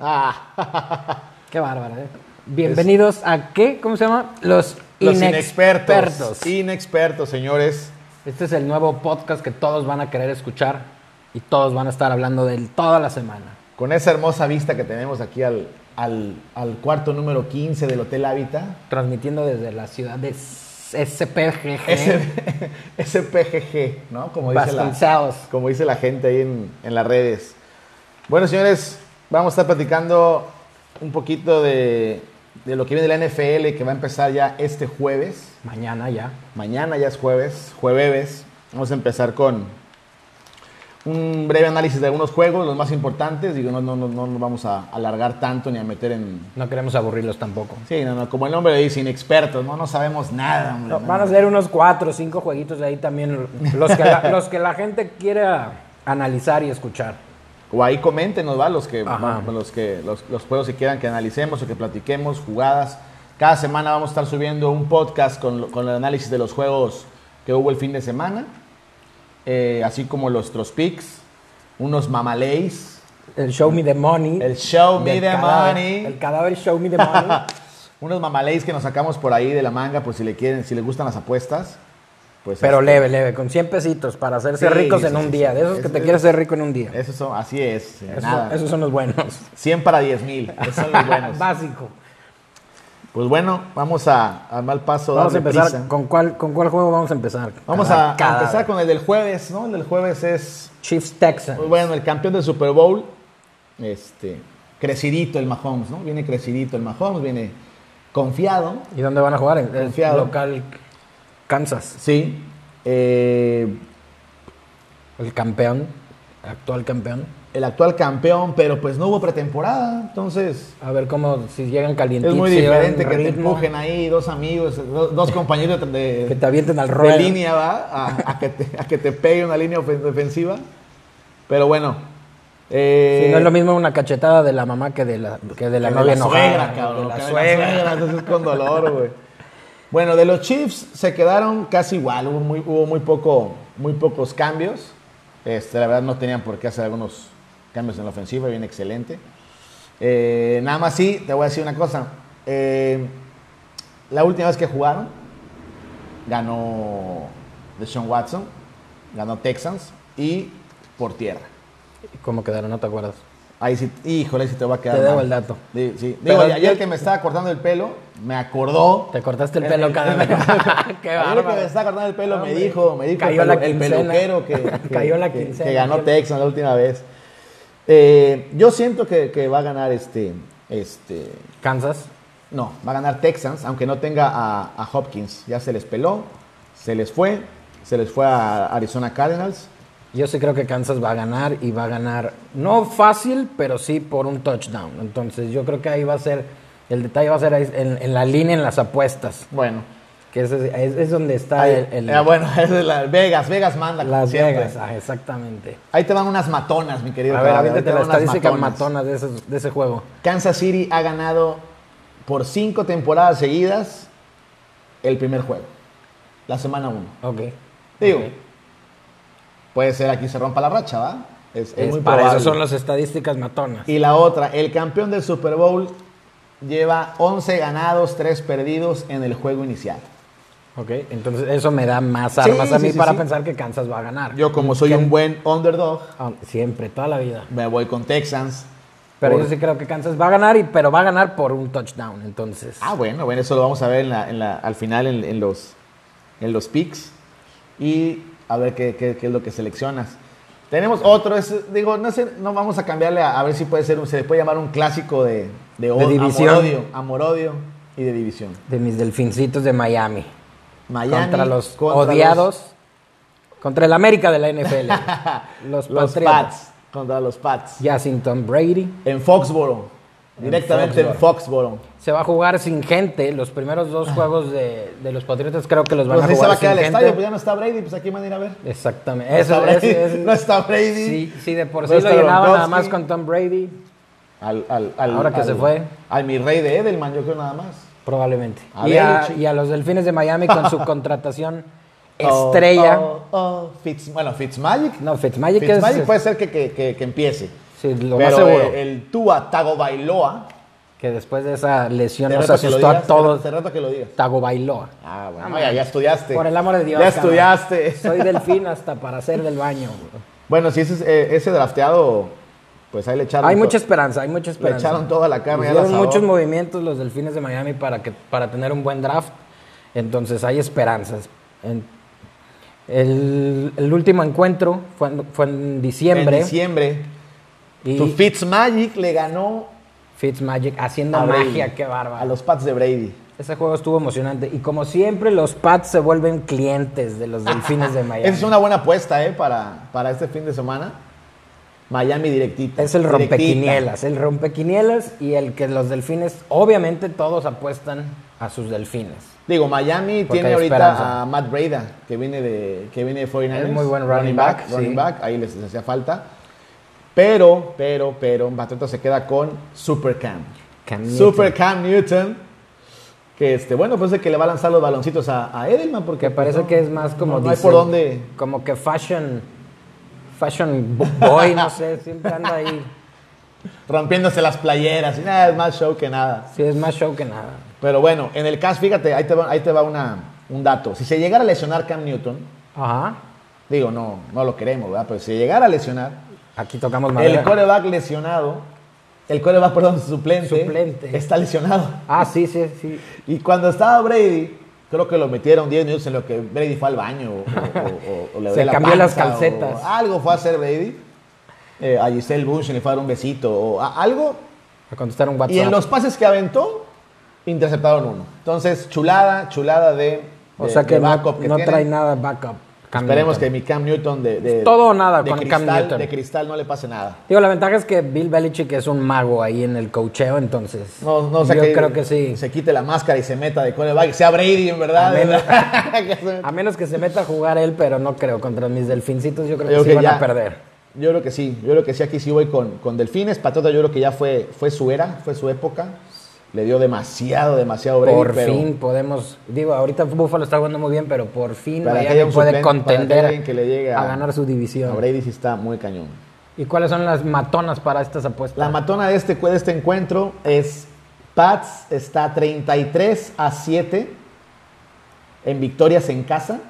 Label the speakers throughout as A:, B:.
A: Ah,
B: Qué bárbaro, ¿eh? Bienvenidos a qué? ¿Cómo se llama? Los,
A: los
B: inexpertos.
A: inexpertos. Inexpertos, señores.
B: Este es el nuevo podcast que todos van a querer escuchar y todos van a estar hablando de él toda la semana.
A: Con esa hermosa vista que tenemos aquí al, al- al cuarto número 15 del Hotel Hábitat.
B: Transmitiendo desde la ciudad de SPGG.
A: S- SPGG, ¿no? Como dice, la,
B: Vasconcelos.
A: como dice la gente ahí en, en las redes. Bueno, señores, vamos a estar platicando un poquito de, de lo que viene de la NFL, que va a empezar ya este jueves.
B: Mañana ya.
A: Mañana ya es jueves, jueves. Vamos a empezar con un breve análisis de algunos juegos, los más importantes. Digo, no, no, no, no nos vamos a alargar tanto ni a meter en...
B: No queremos aburrirlos tampoco.
A: Sí, no, no, como el nombre dice, inexpertos, no, no sabemos nada. hombre,
B: No,
A: no,
B: van a
A: no.
B: ser unos cuatro o cinco jueguitos de ahí también, los que la, los que la gente quiera analizar y escuchar.
A: O ahí coméntenos, ¿va? Los que,
B: Ajá.
A: los, que los, los juegos que quieran que analicemos o que platiquemos, jugadas. Cada semana vamos a estar subiendo un podcast con, lo- con el análisis de los juegos que hubo el fin de semana, eh, así como nuestros picks, unos mamaleys,
B: El Show Me the Money.
A: el show
B: del
A: me the
B: cadáver-
A: money,
B: El cadáver Show Me the Money.
A: unos mamaleys que nos sacamos por ahí de la manga, por si le quieren, si les gustan las apuestas. Pues
B: Pero
A: este,
B: leve, leve, con 100 pesitos para hacerse
A: Sí,
B: ricos
A: sí,
B: en un
A: sí,
B: día.
A: sí.
B: De esos que
A: Eso
B: te
A: es-
B: quieres ser rico en un día.
A: Esos son, así es, eh,
B: Esos,
A: nada.
B: esos son los buenos.
A: 100 para 10 mil, esos son los buenos.
B: Básico.
A: Pues bueno, vamos a, a mal paso.
B: Vamos a
A: darle
B: empezar.
A: prisa.
B: ¿con cuál, ¿Con cuál juego vamos a empezar?
A: Vamos
B: Cada-
A: a, a
B: cada-
A: empezar con el del jueves, ¿no? El del jueves es,
B: Chiefs Texans.
A: pues bueno, el campeón del Super Bowl, este, crecidito el Mahomes, ¿no? Viene crecidito el Mahomes, viene confiado,
B: ¿Y dónde van a jugar? En- en
A: Confiado.
B: local Kansas.
A: sí. Eh,
B: El campeón, actual campeón.
A: el actual campeón, pero pues no hubo pretemporada, entonces
B: A ver cómo, si llegan
A: es
B: calientitos.
A: muy
B: si llevan
A: diferente que te
B: ritmo,
A: empujen ahí dos amigos, dos, dos compañeros de,
B: Que te avienten al
A: de
B: ruedo.
A: línea, ¿va? A, a que te, a que te pegue una línea ofen- defensiva. Pero bueno. eh,
B: Sí, no es lo mismo una cachetada de la mamá que de la, que de la
A: Que
B: novia enojada.
A: suegra,
B: ¿no?
A: cabrón.
B: De la
A: que de
B: suegra.
A: suegra, entonces con dolor, güey. Bueno, de los Chiefs se quedaron casi igual. Hubo muy, hubo muy, poco, muy pocos cambios. Este, la verdad no tenían por qué hacer algunos cambios en la ofensiva. Bien excelente. Eh, nada más sí, te voy a decir una cosa. Eh, la última vez que jugaron, ganó Deshaun Watson, ganó Texans y por tierra.
B: ¿Cómo quedaron? No te acuerdas.
A: Ahí sí, híjole, ahí sí te va a quedar.
B: Te debo
A: mal.
B: el dato.
A: Di- sí.
B: Pero-
A: Digo, y ayer que me estaba cortando el pelo, me acordó.
B: Te cortaste el
A: Eh,
B: pelo cada vez. Qué
A: Ayer que me
B: bárbaro.
A: estaba cortando el pelo, me
B: Hombre,
A: dijo, me dijo
B: cayó
A: el,
B: la
A: pelu- el
B: quincena.
A: peluquero que, que-
B: Cayó la
A: que-
B: quincena.
A: que ganó Texas la última vez. Eh, yo siento que, que va a ganar este, este,
B: Kansas.
A: no, va a ganar Texans, aunque no tenga a, a Hopkins. Ya se les peló, se les fue, se les fue a Arizona Cardinals.
B: Yo sí creo que Kansas va a ganar y va a ganar, no fácil, pero sí por un touchdown. Entonces yo creo que ahí va a ser, el detalle va a ser ahí en, en la línea, en las apuestas,
A: Bueno,
B: que ese es, es, es donde está
A: ahí-
B: el, el-
A: eh, bueno, es de la- Vegas, Vegas manda. como
B: Las
A: siempre.
B: Vegas. Ah, exactamente.
A: Ahí te van unas matonas, mi querido.
B: A ver,
A: Javi,
B: ahorita
A: ahí
B: te la
A: van unas
B: estadística matona de, esos- de ese juego.
A: Kansas City ha ganado por cinco temporadas seguidas el primer juego, la semana uno.
B: Ok.
A: Digo,
B: Ok.
A: puede ser aquí se rompa la racha, ¿va? Es, es
B: Es
A: muy
B: para eso
A: probable.
B: son las estadísticas matonas.
A: Y la otra, el campeón del Super Bowl lleva 11 ganados, 3 perdidos en el juego inicial.
B: Ok, entonces eso me da más
A: Sí,
B: armas a
A: sí,
B: mí
A: sí,
B: para
A: sí.
B: pensar que Kansas va a ganar.
A: Yo como soy un buen underdog,
B: Ah, Siempre, toda la vida.
A: me voy con Texans.
B: Pero
A: Por-
B: yo sí creo que Kansas va a ganar, y, pero va a ganar por un touchdown, entonces.
A: Ah, bueno, bueno, eso lo vamos a ver en la- en la- al final en, en los, en los picks. Y a ver qué, qué- qué es lo que seleccionas. Tenemos otro, es- digo, no sé, no vamos a cambiarle a, a ver si puede ser, un, se le puede llamar un clásico de, de, o-
B: división.
A: amor-odio, amor-odio y de división.
B: De mis delfincitos de Miami.
A: Miami
B: contra los
A: contra los-
B: odiados. Contra el América de la NFL. los,
A: los
B: Patriotas.
A: Pats, contra los Pats.
B: Jacinton Brady.
A: En Foxboro, directamente en Foxboro.
B: Se va a jugar sin gente. Los primeros dos juegos de, de los Patriotas creo que los van
A: Ah. Pues
B: a
A: ahí se
B: jugar
A: va a quedar el
B: sin gente.
A: estadio, pues ya no está Brady, pues aquí van a ir a ver.
B: Exactamente.
A: no,
B: Eso,
A: está Brady,
B: ese- ese-
A: no está Brady.
B: Sí, sí, de por
A: No
B: sí lo
A: está
B: llenaban nada
A: Gronkowski.
B: más con Tom Brady.
A: Al, al- al-
B: Ahora que
A: al-
B: se fue.
A: Al mi rey de Edelman, yo creo nada más.
B: Probablemente.
A: A
B: y,
A: ver,
B: a,
A: chico.
B: y a los Delfines de Miami con su contratación estrella.
A: Oh, oh, oh, Fitz- bueno, Fitzmagic.
B: No, Fitzmagic, es.
A: Fitzmagic puede ser que, que- que- que empiece.
B: Sí, lo más
A: pues, Pero
B: seguro.
A: eh, el Tua Tagovailoa,
B: que después de esa lesión
A: te
B: nos
A: reto que lo
B: asustó a
A: digas,
B: todos.
A: te reto que lo digas.
B: Tagobailoa.
A: Ah, bueno,
B: Ah,
A: ya, ya estudiaste.
B: Por el amor de Dios.
A: Ya
B: cabrón.
A: estudiaste.
B: Soy delfín hasta para hacer del baño. güey.
A: Bueno, si ese, es- eh, ese drafteado, pues ahí le echaron.
B: Hay
A: to-
B: mucha esperanza, hay mucha esperanza.
A: echaron toda la carne al
B: Hicieron
A: asador.
B: muchos movimientos los delfines de Miami para, que, para tener un buen draft. Entonces hay esperanzas. En- el, el último encuentro fue en, fue en
A: En
B: diciembre.
A: diciembre.
B: y
A: Tu Fitzmagic le ganó
B: Fitzmagic haciendo
A: a Brady,
B: magia, qué bárbaro.
A: A los Pats de Brady.
B: Ese juego estuvo emocionante. Y como siempre, los Pats se vuelven clientes de los delfines de Miami.
A: Esa es una buena apuesta, ¿eh? Para, para este fin de semana. Miami directita.
B: Es el
A: Directita.
B: rompequinielas, el rompequinielas y el que los delfines, obviamente todos apuestan a sus delfines.
A: Digo, Miami
B: Porque
A: tiene
B: hay
A: ahorita
B: esperanza.
A: a Matt Breda, que viene de, que viene de 49ers.
B: Es muy buen running back, sí.
A: Running back, ahí les, les hacía falta. Pero, pero, pero, Batata se queda con Super Cam.
B: Cam Newton.
A: Super Cam Newton. Que este, bueno, pues es el que le va a lanzar los baloncitos a, a Edelman, porque pues,
B: Que parece
A: no-
B: que es más como
A: no, no hay
B: dicen,
A: por dónde.
B: Como que fashion, fashion boy, no sé, siempre anda ahí.
A: rompiéndose las playeras. Y nada, es más show que nada.
B: Sí, es más show que nada.
A: Pero bueno, en el caso, fíjate, ahí te va, ahí te va una, un dato. Si se llegara a lesionar Cam Newton,
B: Ajá.
A: digo, no, no lo queremos, ¿verdad? Pero si llegara a lesionar,
B: Aquí tocamos
A: el
B: madera.
A: coreback lesionado, el coreback, perdón, suplente,
B: Suplente.
A: está lesionado.
B: Ah, sí, sí, sí.
A: Y cuando estaba Brady, creo que lo metieron 10 minutos en lo que Brady fue al baño o, o- o- o le
B: Se
A: dio la
B: cambió las
A: panza,
B: calcetas.
A: o algo fue a hacer Brady. Eh, a Giselle Bunch le fue a dar un besito o a- algo.
B: A contestar un WhatsApp.
A: Y en los pases que aventó, interceptaron uno. Entonces, chulada, chulada de.
B: o
A: de-
B: sea que
A: de
B: no,
A: backup que
B: no
A: tienen.
B: trae nada backup. Cam
A: Esperemos
B: Newton.
A: que mi Cam Newton de, de-
B: Todo o nada
A: de
B: con Cam
A: cristal,
B: Newton.
A: de cristal no le pase nada.
B: Digo, la ventaja es que Bill Belichick es un mago ahí en el cocheo, entonces.
A: No, no sé
B: Yo creo que sí.
A: Se quite la máscara y se meta de coreback. Sea Brady, en verdad.
B: A menos-
A: Que se-
B: A menos que se meta a jugar él, pero no creo. Contra mis delfincitos yo creo que
A: Yo
B: sí
A: que
B: van
A: ya-
B: a perder.
A: Yo creo que sí. Yo creo que sí. Aquí sí voy con, con Delfines. Patota, yo creo que ya fue, fue su era, fue su época. Le dio demasiado, demasiado Brady.
B: Por
A: pero-
B: fin podemos. Digo, ahorita Buffalo está jugando muy bien, pero por fin
A: Para que
B: Miami
A: haya un
B: puede
A: suplente, para que haya
B: contender
A: alguien que le llegue
B: a,
A: a-
B: ganar su
A: A
B: división.
A: Brady sí está muy cañón.
B: ¿Y cuáles son las matonas para estas apuestas?
A: La matona de este, de este encuentro es Pats está 33 a 7 en victorias en casa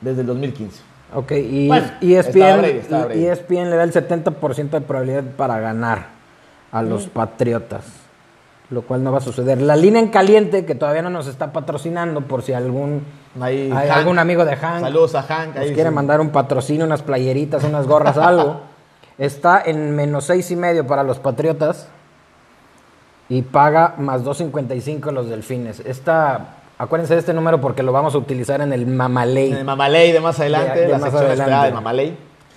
A: desde el 2015.
B: ok, y,
A: Bueno,
B: y
A: está
B: ESPN,
A: Brady, está Brady.
B: y ESPN le da el 70% de probabilidad para ganar a los Patriotas. Lo cual no va a suceder. La línea en caliente, que todavía no nos está patrocinando, por si algún,
A: Ahí,
B: hay
A: Hank.
B: algún amigo de Hank
A: Saludos a Hank.
B: nos
A: ahí
B: quiere
A: sí.
B: mandar un patrocinio, unas playeritas, unas gorras, algo. Está en menos seis y medio para los Patriotas y paga más 2.55 los Delfines. Esta, acuérdense de este número porque lo vamos a utilizar en el Mamaley,
A: En el Mamaley de más adelante,
B: De- de
A: la
B: más
A: sección
B: adelante.
A: esperada de Mamaley.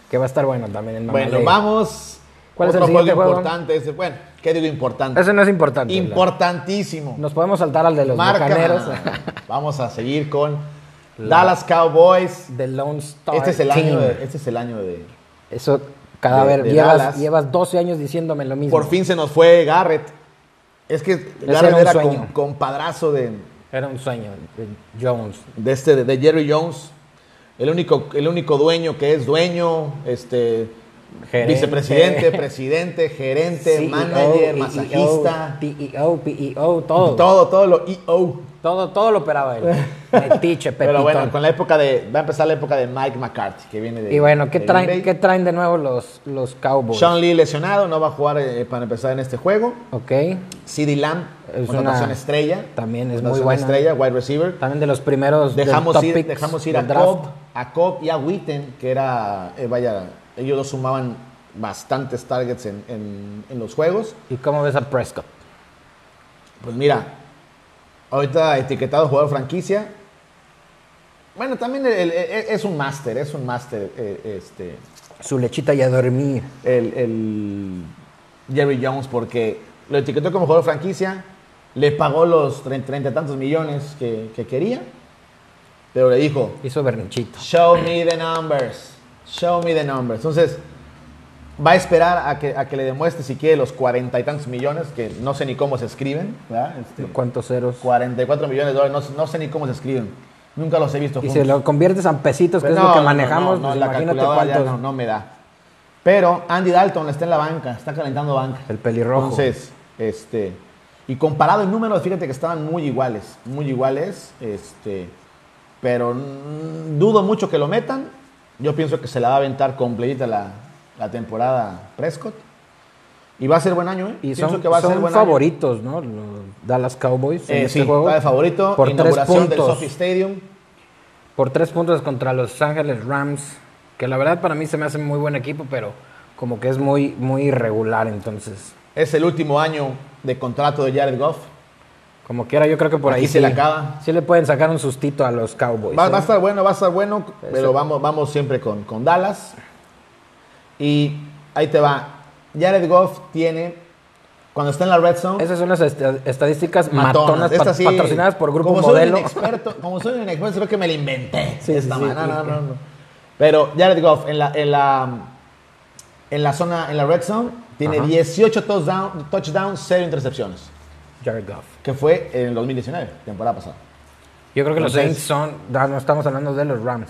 B: que va a estar bueno también en Mamaley.
A: Bueno, vamos.
B: ¿Cuál es
A: Otro
B: el siguiente juego?
A: importante. ese- bueno, ¿qué digo importante?
B: Ese no es importante.
A: Importantísimo.
B: Nos podemos saltar al de los
A: Marca.
B: Bucaneros,
A: Vamos a seguir con Dallas Cowboys.
B: de Lone Star
A: Este es el
B: Team.
A: año de, este es el año de.
B: Eso, cadáver,
A: de- de
B: llevas,
A: Dallas.
B: llevas 12 años diciéndome lo mismo.
A: Por fin se nos fue Garrett. Es que Garrett
B: era un
A: era
B: sueño.
A: con- compadrazo de,
B: Era un sueño, de Jones.
A: de este de Jerry Jones. El único, el único dueño que es dueño, este
B: Gerente. E
A: vicepresidente, presidente, gerente,
B: CEO,
A: manager,
B: EEO,
A: masajista,
B: E PEO, PEO, todo. todo.
A: todo, todo lo EO.
B: Todo, lo operaba él. Metiche,
A: Pero
B: pepitón.
A: bueno, con la época de. Va a empezar la época de Mike McCarthy, que viene de.
B: y bueno, ¿qué
A: de
B: traen,
A: Green
B: ¿qué
A: Bay.
B: traen de nuevo los, los Cowboys?
A: Sean Lee lesionado, no va a jugar eh, para empezar en este juego.
B: Ok.
A: CD Lamb,
B: Es
A: contratación
B: una-
A: estrella.
B: también es
A: Contratación
B: muy buena.
A: estrella, wide receiver.
B: También de los primeros del
A: Dejamos
B: top
A: ir,
B: picks
A: dejamos ir
B: del
A: a
B: draft.
A: Cobb, a Cobb y a Witten, que era. eh, vaya, ellos dos sumaban bastantes targets en, en- en los juegos.
B: ¿Y cómo ves a Prescott?
A: Pues mira, ahorita etiquetado jugador franquicia. Bueno, también el- el- el- es un máster, es un máster. eh, este,
B: Su lechita ya dormí.
A: el, el Jerry Jones porque lo etiquetó como jugador franquicia, le pagó los tre- treinta y tantos millones que, que quería, pero le dijo,
B: Hizo Bernichito.
A: show me the numbers, show me the numbers. Entonces, va a esperar a que, a que le demuestre si quiere los cuarenta y tantos millones, que no sé ni cómo se escriben, ¿verdad? Este,
B: ¿Cuántos ceros?
A: 44 millones de dólares, no, no sé ni cómo se escriben. Nunca los he visto
B: Y
A: juntos.
B: si lo conviertes a pesitos, que
A: Pero
B: es lo
A: no,
B: que
A: no, no,
B: manejamos,
A: no,
B: pues
A: la
B: imagínate
A: calculadora ya
B: cuántos.
A: no, no me da. Pero Andy Dalton está en la banca, está calentando banca.
B: El pelirrojo.
A: Entonces, este. Y comparado en números, fíjate que estaban muy iguales. Muy iguales. Este. Pero mm, dudo mucho que lo metan. Yo pienso que se la va a aventar completita la, la temporada Prescott. Y va a ser buen año, ¿eh?
B: y
A: Pienso
B: son,
A: que va a
B: son
A: ser buen año.
B: favoritos, ¿no? Los Dallas Cowboys en
A: Eh,
B: este
A: sí,
B: juego.
A: va de favorito.
B: Por tres
A: Inauguración del
B: puntos.
A: Sophie Stadium.
B: Por tres puntos contra Los Ángeles Rams, que la verdad para mí se me hace muy buen equipo, pero como que es muy, muy irregular, entonces.
A: Es el último año de contrato de Jared Goff.
B: Como quiera, yo creo que por
A: Aquí
B: ahí
A: se
B: sí,
A: le acaba.
B: sí le pueden sacar un sustito a los Cowboys.
A: Va,
B: ¿eh?
A: va a estar bueno, va a estar bueno,
B: Eso.
A: pero vamos, vamos siempre con, con Dallas. Y ahí te va. Jared Goff tiene, cuando está en la red zone,
B: Esas son las esta- estadísticas matonas,
A: Esta
B: pa-
A: sí,
B: patrocinadas por Grupo
A: como
B: Modelo.
A: Soy un inexperto, como soy un inexperto, creo que me la inventé.
B: Sí,
A: esta
B: sí,
A: man-
B: sí.
A: no, no, no, no. Pero Jared Goff en la, en la, en la zona, en la red zone, tiene
B: Ajá.
A: 18 touchdown- touchdowns, 0 intercepciones,
B: Jared Goff.
A: que fue en el 2019, temporada pasada.
B: Yo creo que los
A: Entonces-
B: Saints son, ah, no estamos hablando de los Rams.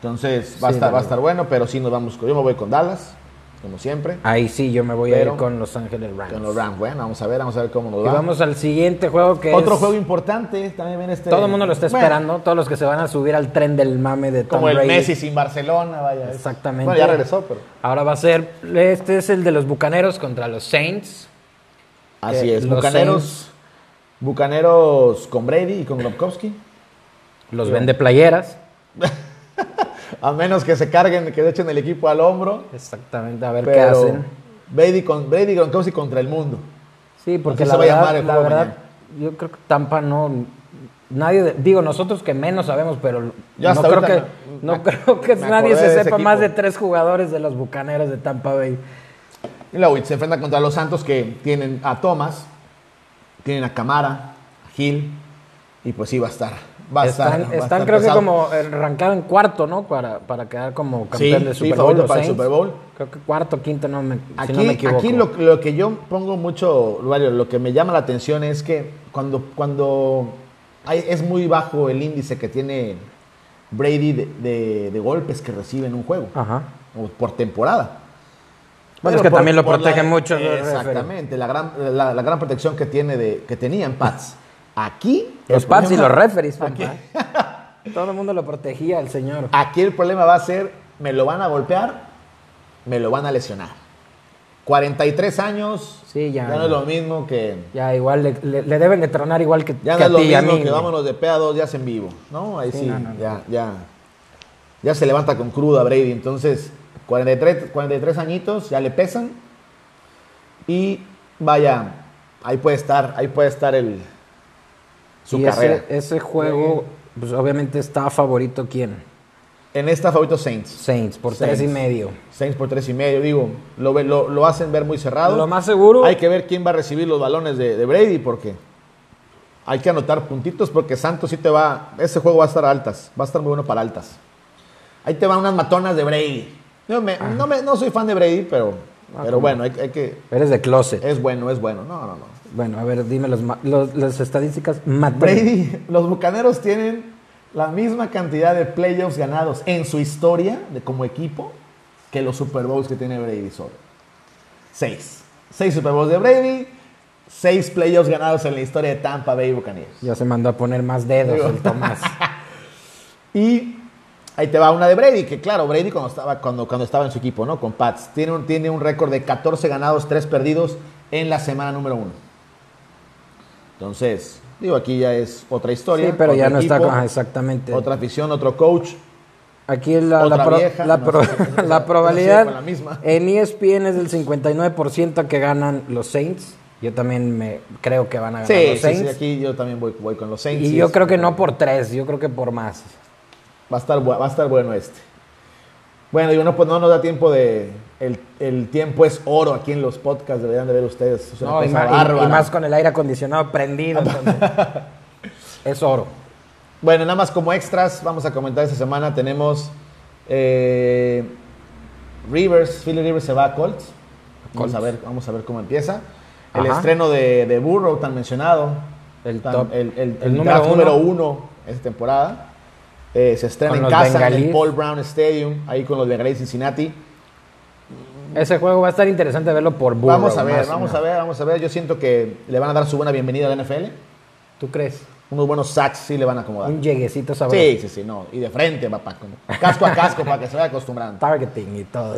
A: Entonces va, a
B: Sí,
A: estar, va a
B: Dallas.
A: estar bueno, pero sí nos vamos. con- Yo me voy con Dallas, como siempre.
B: Ahí sí, yo me voy a
A: Pero-
B: ir con Los Ángeles Rams.
A: Con los Rams. Bueno, vamos a ver, vamos a ver cómo nos
B: Y
A: va.
B: vamos al siguiente juego que
A: Otro
B: es-
A: juego importante también viene este.
B: Todo el mundo lo está
A: Bueno,
B: esperando, todos los que se van a subir al tren del mame de Tom
A: como el
B: Brady.
A: Messi sin Barcelona, vaya. es-
B: Exactamente.
A: Bueno, ya regresó, pero.
B: Ahora va a ser, este es el de los Bucaneros contra los Saints.
A: Así
B: que
A: es.
B: los
A: Bucaneros.
B: Saints-
A: Bucaneros con Brady y con Gronkowski.
B: Los vende playeras.
A: A menos que se carguen, que le echen el equipo al hombro.
B: Exactamente, a ver qué
A: Pero
B: hacen.
A: Brady, con, Brady y Gronkowski contra el mundo.
B: Sí, porque
A: Así
B: la
A: se va a llamar
B: verdad,
A: el
B: la
A: juego
B: verdad, yo creo que Tampa no. Nadie, de- digo, nosotros que menos sabemos, pero
A: Yo hasta
B: no, creo que,
A: ahorita
B: no
A: me- me-
B: creo que
A: me
B: nadie
A: acordé
B: se
A: de ese
B: sepa más de
A: equipo.
B: tres jugadores de los bucaneros de Tampa Bay.
A: Y luego se enfrenta contra los Santos que tienen a Thomas, tienen a Camara, a Gil. Y pues sí, va a estar. Va a estar.
B: Están,
A: va a
B: están
A: estar
B: creo
A: pesado.
B: que como arrancado en cuarto, ¿no? Para, para quedar como campeón
A: Sí,
B: de
A: sí,
B: Super Bowl.
A: favorito
B: los
A: para el
B: Saints.
A: Super Bowl.
B: Creo que cuarto, quinto, no me, si
A: Aquí,
B: no me equivoco.
A: aquí lo, lo que yo pongo mucho, Mario, lo que me llama la atención es que cuando, cuando hay- es muy bajo el índice que tiene Brady de, de- de golpes que recibe en un juego,
B: Ajá.
A: o por temporada.
B: Bueno,
A: Pero
B: es que
A: por-
B: también lo
A: por la-
B: protege mucho. el referee.
A: Exactamente, la gran, la, la gran protección que, tiene de, que tenían Pats. Aquí.
B: Los
A: el
B: pads y
A: problema-
B: los referees, papá. Todo el mundo lo protegía, el señor.
A: Aquí el problema va a ser, me lo van a golpear, me lo van a lesionar. 43 años,
B: Sí, ya
A: ya no es
B: no.
A: lo mismo que...
B: Ya, igual le, le- le deben de tronar igual que,
A: Ya
B: que
A: no
B: a
A: es lo
B: ti y a
A: mismo
B: mí.
A: que
B: güey.
A: vámonos de pea dos días en vivo, ¿no? Ahí sí,
B: Sí, no, no, no.
A: ya, ya. Ya se levanta con cruda Brady, entonces 43, 43 añitos ya le pesan. Y vaya, ahí puede estar, ahí puede estar el su
B: Y
A: carrera.
B: ese, ese juego, pues obviamente está favorito quién?
A: En esta favorito Saints.
B: Saints, por
A: Saints.
B: tres y medio.
A: Saints por tres y medio, digo, lo, ve- lo, lo hacen ver muy cerrado.
B: Lo más seguro.
A: Hay que ver quién va a recibir los balones de, de Brady porque hay que anotar puntitos porque Santos sí te va, ese juego va a estar a altas, va a estar muy bueno para altas. Ahí te van unas matonas de Brady. Yo me- no, me- no soy fan de Brady, pero, pero bueno, hay, hay que,
B: Eres de closet.
A: es bueno, es bueno. No, no, no.
B: Bueno, a ver, dime los, ma- los- las estadísticas. Matt Brady.
A: Brady, los Bucaneros tienen la misma cantidad de playoffs ganados en su historia de, como equipo que los Super Bowls que tiene Brady solo. Seis. Seis Super Bowls de Brady, seis playoffs ganados en la historia de Tampa Bay Buccaneers.
B: Ya se mandó a poner más dedos
A: Digo.
B: el Tomás.
A: Y ahí te va una de Brady, que claro, Brady cuando estaba, cuando, cuando estaba en su equipo, ¿no? Con Pats, tiene un, tiene un récord de 14 ganados, 3 perdidos en la semana número uno. Entonces, digo, aquí ya es otra historia.
B: Sí, pero ya
A: otro
B: no está
A: equipo,
B: con- ajá, exactamente.
A: Otra afición, otro coach.
B: Aquí la, la
A: Otra
B: pro-
A: vieja,
B: la
A: no,
B: pro-
A: sí, sí, sí,
B: la
A: sí,
B: probabilidad
A: con la misma.
B: en E ESPN es del 59% que ganan los Saints. Yo también me creo que van a ganar
A: Sí,
B: los
A: sí, sí,
B: Saints.
A: aquí yo también voy, voy con los Saints.
B: y
A: sí,
B: yo
A: es-
B: creo que no por tres, yo creo que por más.
A: Va a estar, bu- va a estar bueno este. Bueno, digo, no, pues no nos da tiempo de... El, el tiempo es oro aquí en los podcasts, deberían de ver ustedes. Es una
B: No, y,
A: cosa
B: ma- y-
A: bárbara.
B: y más con el aire acondicionado prendido. entonces. es oro.
A: Bueno, nada más como extras, vamos a comentar esta semana. Tenemos eh, Rivers, Philly Rivers se va a Colts. Vamos
B: Colts.
A: a ver, vamos a ver cómo empieza. El
B: Ajá.
A: estreno de, de Burrow, tan mencionado.
B: El
A: Tan-
B: top.
A: el, el-
B: El
A: el
B: número
A: draft
B: uno.
A: número uno esta temporada. Eh, se estrena
B: Con
A: en
B: los
A: casa en el
B: bengalíes.
A: Paul Brown Stadium, ahí con los Bengalíes de Cincinnati.
B: Ese juego va a estar interesante verlo por Burrow.
A: Vamos a ver,
B: más,
A: vamos
B: ¿no?
A: a ver, vamos a ver. Yo siento que le van a dar su buena bienvenida a la NFL.
B: ¿Tú crees?
A: Unos buenos sacks sí le van a acomodar.
B: Un lleguecito sabroso.
A: Sí, sí, sí, no. Y de frente, papá. con- casco a casco para que se vaya acostumbrando.
B: Targeting y todo.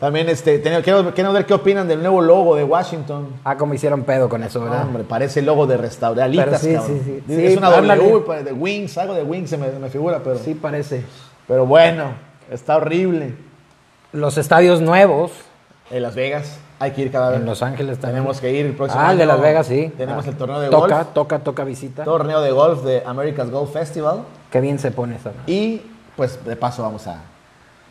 A: También este, tenía- quiero, quiero ver qué opinan del nuevo logo de Washington.
B: Ah, como hicieron pedo con eso, ¿verdad?
A: Hombre, parece el logo de restauralitas,
B: Pero sí,
A: cabrón.
B: sí, sí.
A: Es
B: Sí,
A: una
B: ándale.
A: W pa- de Wings, algo de Wings se me, me figura, pero,
B: Sí parece.
A: pero bueno, está horrible.
B: Los estadios nuevos
A: En Las Vegas hay que ir cada vez.
B: en Los Ángeles también.
A: Tenemos que ir el próximo
B: Ah, el de
A: año.
B: Las Vegas, sí.
A: Tenemos
B: Ah,
A: el torneo de
B: toca,
A: golf.
B: Toca, toca, visita.
A: Torneo de golf de America's Golf Festival.
B: Qué bien se pone esa. madre.
A: Y pues de paso vamos a,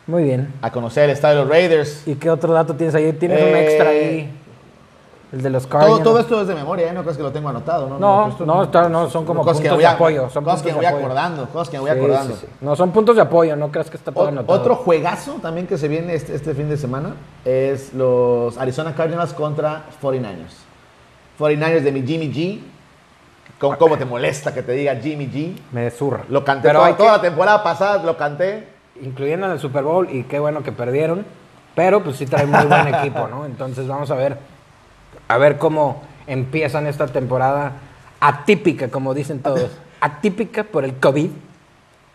B: Muy bien.
A: a conocer el estadio de los Raiders.
B: ¿Y qué otro dato tienes ahí? Tienes un
A: Eh,
B: extra ahí. El de los Cardinals.
A: Todo, todo esto es de memoria, ¿eh? no crees que lo tengo anotado. No,
B: No,
A: esto-
B: no, está- no, son como
A: cosas
B: puntos
A: que voy
B: de
A: a-
B: apoyo. Son puntos
A: cosas que
B: de
A: voy
B: apoyo.
A: acordando, cosas que voy
B: Sí,
A: acordando.
B: sí, sí. No, son puntos de apoyo, no creas que está todo
A: Ot-
B: anotado.
A: Otro juegazo también que se viene este, este fin de semana es los Arizona Cardinals contra 49ers. 49ers de mi Jimmy G. Con, ¿Cómo te molesta que te diga Jimmy G?
B: Me zurra.
A: Lo canté
B: Pero
A: toda,
B: hay que-
A: toda la temporada pasada, lo canté.
B: incluyendo en el Super Bowl, y qué bueno que perdieron. Pero pues sí traen muy buen equipo, ¿no? Entonces vamos a ver. A ver cómo empiezan esta temporada atípica, como dicen todos. Atípica por el COVID.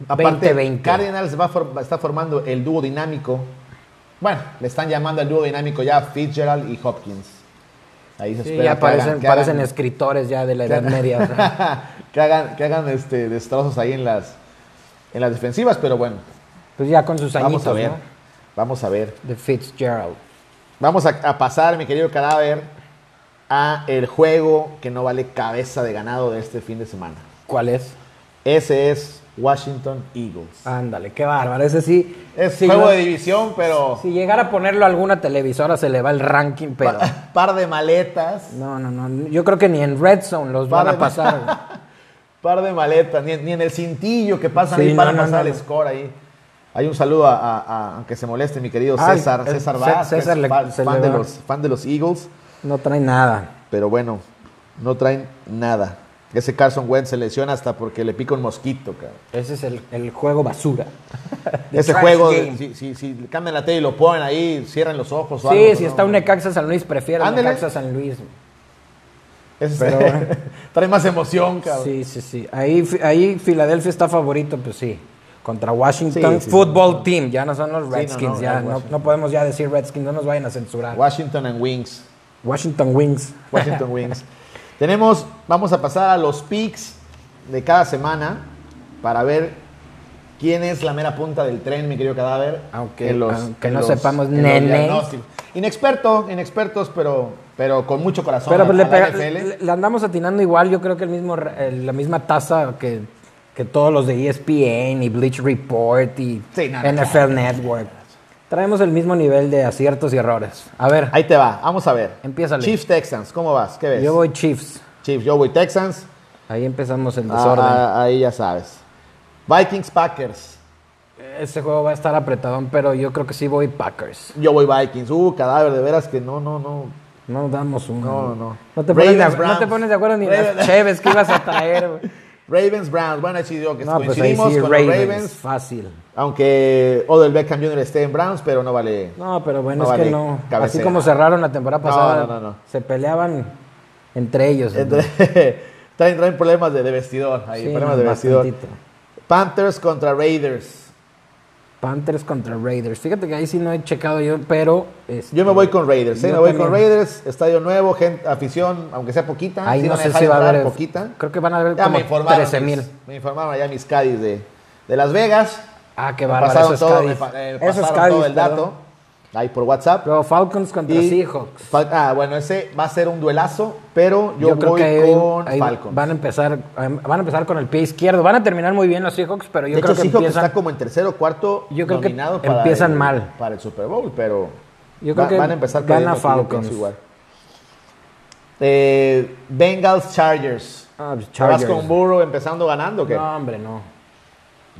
A: Aparte,
B: 2020.
A: Cardinals va for- está formando el dúo dinámico. Bueno, le están llamando el dúo dinámico ya Fitzgerald y Hopkins. Ahí se
B: Sí,
A: espera
B: ya
A: que
B: parecen,
A: hagan- que
B: parecen
A: hagan-
B: escritores ya de la Edad Media. o sea.
A: que hagan, que hagan este, destrozos ahí en las, en las defensivas, pero bueno,
B: Pues ya con sus añitos,
A: vamos a ver.
B: ¿no?
A: Vamos a ver.
B: De Fitzgerald.
A: Vamos a, a pasar, mi querido cadáver, a el juego que no vale cabeza de ganado de este fin de semana.
B: ¿Cuál es?
A: Ese es Washington Eagles.
B: Ándale, qué bárbaro. Ese Ah. sí.
A: es
B: si
A: juego
B: lo-
A: de división, pero
B: Si llegara a ponerlo a alguna televisora se le va el ranking, pero.
A: pa- par de maletas,
B: No, no, no. Yo creo que ni en Red Zone los van
A: Vale.
B: a pasar. güey.
A: par de maletas, ni, en- ni en el cintillo que pasan
B: Sí,
A: ahí para
B: no, no,
A: pasar
B: no,
A: el
B: no.
A: score ahí. Hay un saludo a, a- a- aunque se moleste, mi querido
B: Ay,
A: César,
B: Ah, el
A: César
B: Cé-
A: Vázquez,
B: César le-
A: fan,
B: se le
A: fan de
B: va.
A: los, fan de los Eagles.
B: No trae nada.
A: Pero bueno, no traen nada. Ese Carson Wentz se lesiona hasta porque le pica un mosquito, cabrón.
B: Ese es el, el juego basura. The
A: Ese
B: trash
A: juego, de-
B: game.
A: si, si, si le cambian la tele y lo ponen ahí, cierran los ojos o algo,
B: Sí, si
A: ¿no?
B: está un Necaxa San Luis, prefiero el
A: Ándele.
B: Necaxa San Luis.
A: Ese-
B: pero bueno.
A: trae más emoción, cabrón.
B: Sí, sí, sí. Ahí, fi- ahí Filadelfia está favorito, pues sí. Contra Washington
A: Sí, sí,
B: Football Team. Ya no son los Redskins.
A: no,
B: ya
A: no,
B: no,
A: Washington.
B: no podemos ya decir Redskins. No nos vayan a censurar.
A: Washington and Wings.
B: Washington Wings.
A: Washington Wings. Tenemos, vamos a pasar a los picks de cada semana para ver quién es la mera punta del tren, mi querido cadáver.
B: Aunque-
A: En
B: aunque
A: en
B: no sepamos,
A: en los
B: nene.
A: diagnósticos. Inexperto, inexpertos, pero, pero con mucho corazón.
B: Pero
A: a-
B: pues, le,
A: a la
B: pega-
A: NFL.
B: le- le andamos atinando igual, yo creo que el mismo, re- el- la misma tasa que, que todos los de E ESPN y Bleach Report y
A: Sí, no, no,
B: NFL Network. Traemos el mismo nivel de aciertos y errores. A ver,
A: Ahí te va, vamos a ver.
B: Empiézale.
A: Chiefs Texans, ¿cómo vas? ¿Qué ves?
B: yo voy Chiefs.
A: Chiefs, yo voy Texans.
B: Ahí empezamos el
A: Ah,
B: desorden.
A: ah, ahí ya sabes. Vikings Packers.
B: Este juego va a estar apretadón, pero yo creo que sí voy Packers.
A: Yo voy Vikings. Uh, cadáver, de veras que no, no, no.
B: No damos uno.
A: No, no.
B: No te, pones de,
A: Ravens,
B: acu- no te
A: Browns.
B: pones de acuerdo ni en
A: Ravens.
B: las cheves que ibas a traer. güey.
A: Ravens Browns. Bueno, ahí sí digo que
B: No, pues ahí
A: coincidimos
B: sí,
A: con
B: Ravens,
A: los Ravens.
B: Fácil.
A: Aunque Odell Beckham Jr. esté en Browns, pero no vale.
B: No, pero bueno,
A: No
B: es
A: vale
B: que no. Así
A: cabecera.
B: como cerraron la temporada
A: No,
B: pasada,
A: no, no, no.
B: se peleaban entre ellos. ¿no?
A: Entre- traen, traen problemas de, de vestidor. Ahí,
B: Sí,
A: problemas
B: no,
A: de vestidor.
B: bastantito.
A: Panthers contra Raiders.
B: Panthers contra Raiders. Fíjate que ahí sí no he checado yo, pero. este,
A: Yo me voy con Raiders. ¿eh?
B: Yo
A: Me voy con
B: también.
A: Raiders. Estadio nuevo, gente, afición, aunque sea poquita.
B: Ahí
A: sí
B: no
A: van a
B: sé
A: dejar
B: si va a
A: entrar
B: haber.
A: poquita.
B: Creo que van a haber
A: Ya me
B: como
A: informaron.
B: 13 mil.
A: mis- Me informaron allá mis Cádiz de, de Las Vegas.
B: Ah, qué
A: Me
B: bárbaro. Eso
A: pasaron
B: es
A: todo,
B: Cádiz.
A: me pa- eh,
B: Eso
A: me
B: es
A: pasaron
B: Cádiz,
A: todo el
B: perdón.
A: dato. Ahí por WhatsApp.
B: Pero Falcons contra
A: Y-
B: Seahawks.
A: Fal- ah, bueno, ese va a ser un duelazo, pero yo,
B: Yo, creo
A: voy
B: que ahí-
A: con
B: ahí
A: Falcons.
B: van a empezar em, van a empezar con el pie izquierdo. Van a terminar muy bien los Seahawks, pero yo
A: de
B: creo que
A: hecho, Seahawks
B: empiezan
A: está como en tercero o cuarto
B: Yo creo que
A: nominado para
B: empiezan
A: el,
B: mal.
A: para el Super Bowl, pero
B: Yo creo
A: va-
B: que
A: van a empezar
B: gana
A: perdiendo, sí, yo
B: Falcons.
A: pienso igual. Eh, Bengals Chargers.
B: Ah, pues,
A: ¿Te ¿Vas
B: Chargers.
A: con Burrow empezando ganando o qué?
B: No, hombre, no.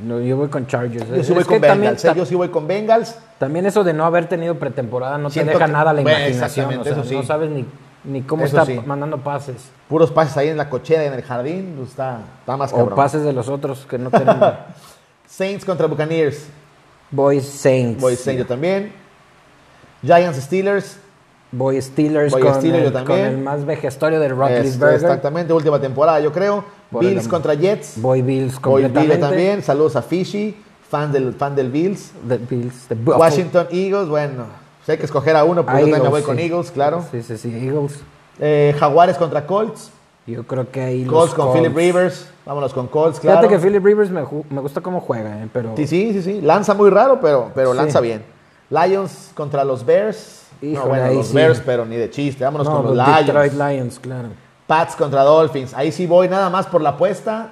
B: No, yo voy con Chargers.
A: yo sí
B: Es
A: voy
B: que
A: con
B: también
A: Bengals,
B: ta-
A: ¿eh? yo sí voy con Bengals.
B: También eso de no haber tenido pretemporada no
A: Siento
B: te deja
A: que-
B: nada la
A: Bueno,
B: imaginación. O
A: exactamente,
B: sea,
A: eso sí.
B: No sabes ni, ni cómo
A: Eso
B: está
A: sí.
B: mandando pases.
A: Puros pases ahí en la cochera y en el jardín, pues, está, está más
B: O
A: cabrón.
B: pases de los otros que no tenemos.
A: Saints contra Buccaneers.
B: Boys Saints.
A: Voy Saints yo también. Giants Steelers.
B: Voy Steelers,
A: Voy
B: con,
A: Steelers, yo
B: el, con
A: también.
B: el más vejestorio del Rockies
A: este, exactamente, última temporada, yo creo.
B: Por el
A: Bills
B: amor.
A: contra Jets.
B: Voy Bills
A: Voy
B: completamente.
A: Bills también. Saludos a Fishy, fan del, fan del Bills.
B: The Bills, the Buffalo-
A: Washington Eagles, bueno, pues hay que escoger a uno,
B: Ah,
A: pero yo también me
B: Eagles,
A: voy con
B: sí.
A: Eagles, claro.
B: Sí, sí, sí, Eagles.
A: Eh, Jaguares contra Colts.
B: Yo creo que ahí
A: Colts
B: los
A: con
B: Colts.
A: Philip Rivers. Vámonos con Colts, claro.
B: Fíjate que Philip Rivers me, ju- me gusta cómo juega, eh, pero...
A: Sí, sí, sí, sí. Lanza muy raro, pero, pero
B: Sí.
A: lanza bien. Lions contra los Bears.
B: Híjole,
A: no, bueno,
B: ahí
A: los
B: sí.
A: Bears, pero ni de chiste. Vámonos
B: No,
A: con los
B: los
A: Lions.
B: Detroit Lions, claro.
A: Pats contra Dolphins. Ahí sí voy nada más por la apuesta.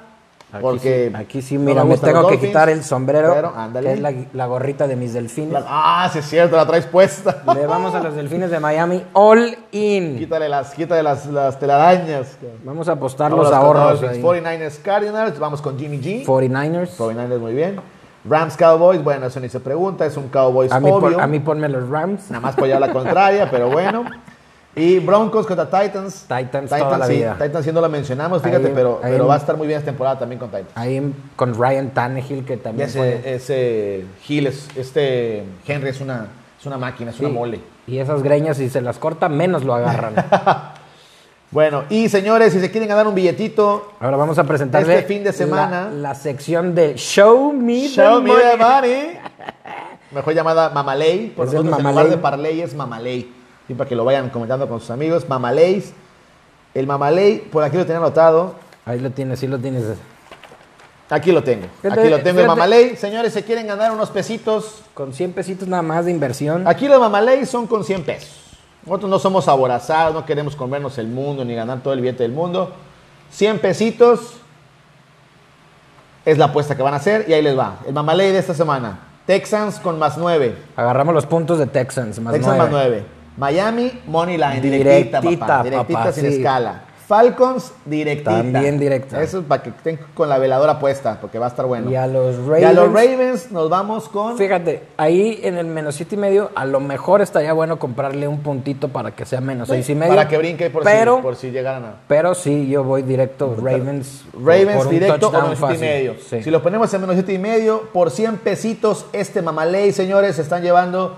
B: Aquí
A: porque
B: sí, aquí sí,
A: no
B: mira, me
A: gustan
B: tengo
A: los
B: que
A: Dolphins,
B: quitar el sombrero,
A: Pero
B: que
A: ándale.
B: es la, la gorrita de mis delfines.
A: La- Ah, sí es cierto, la traes puesta.
B: Le vamos a los delfines de Miami all in.
A: Quítale las, quítale las, las telarañas. cabrón.
B: Vamos a apostar
A: Vámonos
B: los
A: con
B: ahorros.
A: Dolphins.
B: ahí.
A: 49ers Cardinals. Vamos con Jimmy G.
B: 49ers.
A: 49ers muy bien. Rams Cowboys. Bueno, eso ni se pregunta. Es un Cowboys
B: A mí,
A: obvio.
B: pon- a mí ponme los Rams.
A: Nada más por llevar la contraria, pero bueno. Y Broncos contra Titans.
B: Titans toda la
A: sí,
B: vida.
A: Titans sí no lo mencionamos, fíjate,
B: Ahí-
A: pero,
B: ahí-
A: pero va a estar muy bien esta temporada también con Titans.
B: Ahí en- con Ryan Tannehill, que
A: Y
B: también fue-
A: ese, ese Hill, es- este Henry es una, es una máquina, es una
B: Sí.
A: mole.
B: Y esas greñas, si se las corta, menos lo agarran.
A: Bueno, y señores, si se quieren ganar un billetito,
B: Ahora vamos a presentarle
A: Este fin de semana.
B: la, la sección de Show Me
A: show
B: the
A: me
B: Money.
A: the money. Mejor llamada Mamaley, por
B: Es el
A: nosotros en
B: Mamaley.
A: lugar de Parley es Mamaley. Y para que lo vayan comentando con sus amigos, Mamaleys. El Mamaley, por aquí lo tenía anotado,
B: Ahí lo tienes, sí lo tienes.
A: Aquí lo tengo.
B: Fíjate,
A: Aquí lo tengo
B: fíjate.
A: el Mamaley. Señores, se quieren ganar unos pesitos.
B: Con 100 pesitos nada más de inversión.
A: Aquí los Mamaley son con 100 pesos. Nosotros no somos aborazados, no queremos comernos el mundo ni ganar todo el billete del mundo. 100 pesitos es la apuesta que van a hacer y ahí les va. El Mamaley de esta semana. Texans con más 9.
B: Agarramos los puntos de Texans, más
A: Texans
B: nueve.
A: más 9. Miami, Money Line.
B: Directita,
A: Directita,
B: papá,
A: papá. Directita sin
B: sí.
A: escala. Falcons, directita.
B: También directa.
A: Eso es para que estén con la veladora puesta, porque va a estar bueno.
B: Y a los
A: Y a
B: Ravens.
A: los Ravens nos vamos con.
B: Fíjate, ahí en el menos siete y medio, a lo mejor estaría bueno comprarle un puntito para que sea menos seis y medio.
A: Para que brinque por,
B: pero,
A: si, por si llegaran a.
B: Pero sí, yo voy directo Ravens. por-
A: Ravens
B: por un
A: directo o
B: touchdown
A: menos siete y
B: fácil.
A: medio.
B: Sí.
A: Si lo ponemos en menos siete y medio, por 100 pesitos, este mamaley, señores, se están llevando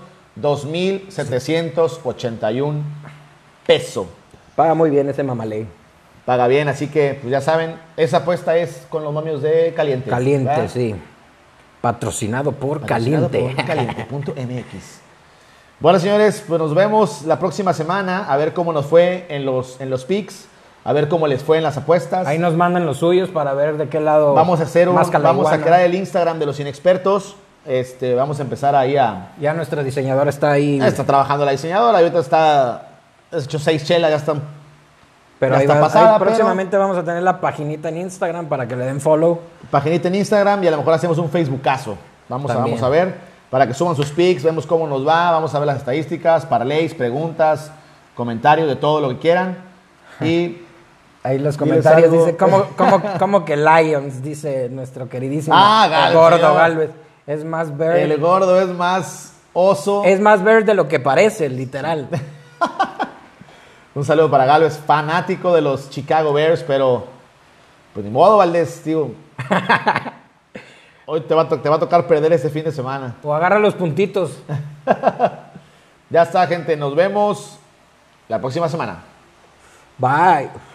A: 2,781 pesos.
B: Paga muy bien ese mamaley.
A: Paga bien, así que pues ya saben, esa apuesta es con los momios de Caliente.
B: Caliente,
A: ¿verdad?
B: sí. Patrocinado por
A: Patrocinado
B: Caliente.
A: por Caliente.mx. Bueno, señores, pues nos vemos la próxima semana a ver cómo nos fue en los, en los picks, a ver cómo les fue en las apuestas.
B: Ahí nos mandan los suyos para ver de qué lado.
A: Vamos a hacer un,
B: más
A: vamos a
B: calaiguana.
A: crear el Instagram de los inexpertos. Este, vamos a empezar ahí a.
B: Ya nuestra diseñadora está ahí.
A: Está trabajando la diseñadora, ahorita está. Has hecho seis chelas, ya están.
B: pero
A: ya
B: ahí
A: está
B: va-
A: pasada,
B: ahí
A: pero-
B: próximamente vamos a tener la paginita en Instagram para que le den follow.
A: Paginita en Instagram y a lo mejor hacemos un Facebookazo. Vamos a,
B: También.
A: vamos a ver, para que suban sus pics, vemos cómo nos va, vamos a ver las estadísticas, parlays, preguntas, comentarios, de todo lo que quieran. Y.
B: Ahí los
A: Diles
B: comentarios
A: algo.
B: dice ¿cómo, cómo, cómo que Lions? Dice nuestro queridísimo
A: Ah, Galvez,
B: Gordo
A: señor.
B: Galvez. Es más bird.
A: El gordo es más oso.
B: Es más bird de lo que parece, literal.
A: Un saludo para Galo, es fanático de los Chicago Bears, pero pues ni modo, Valdés, tío. Hoy te va, a to- te va a tocar perder este fin de semana.
B: O agarra los puntitos.
A: Ya está, gente, nos vemos la próxima semana.
B: Bye.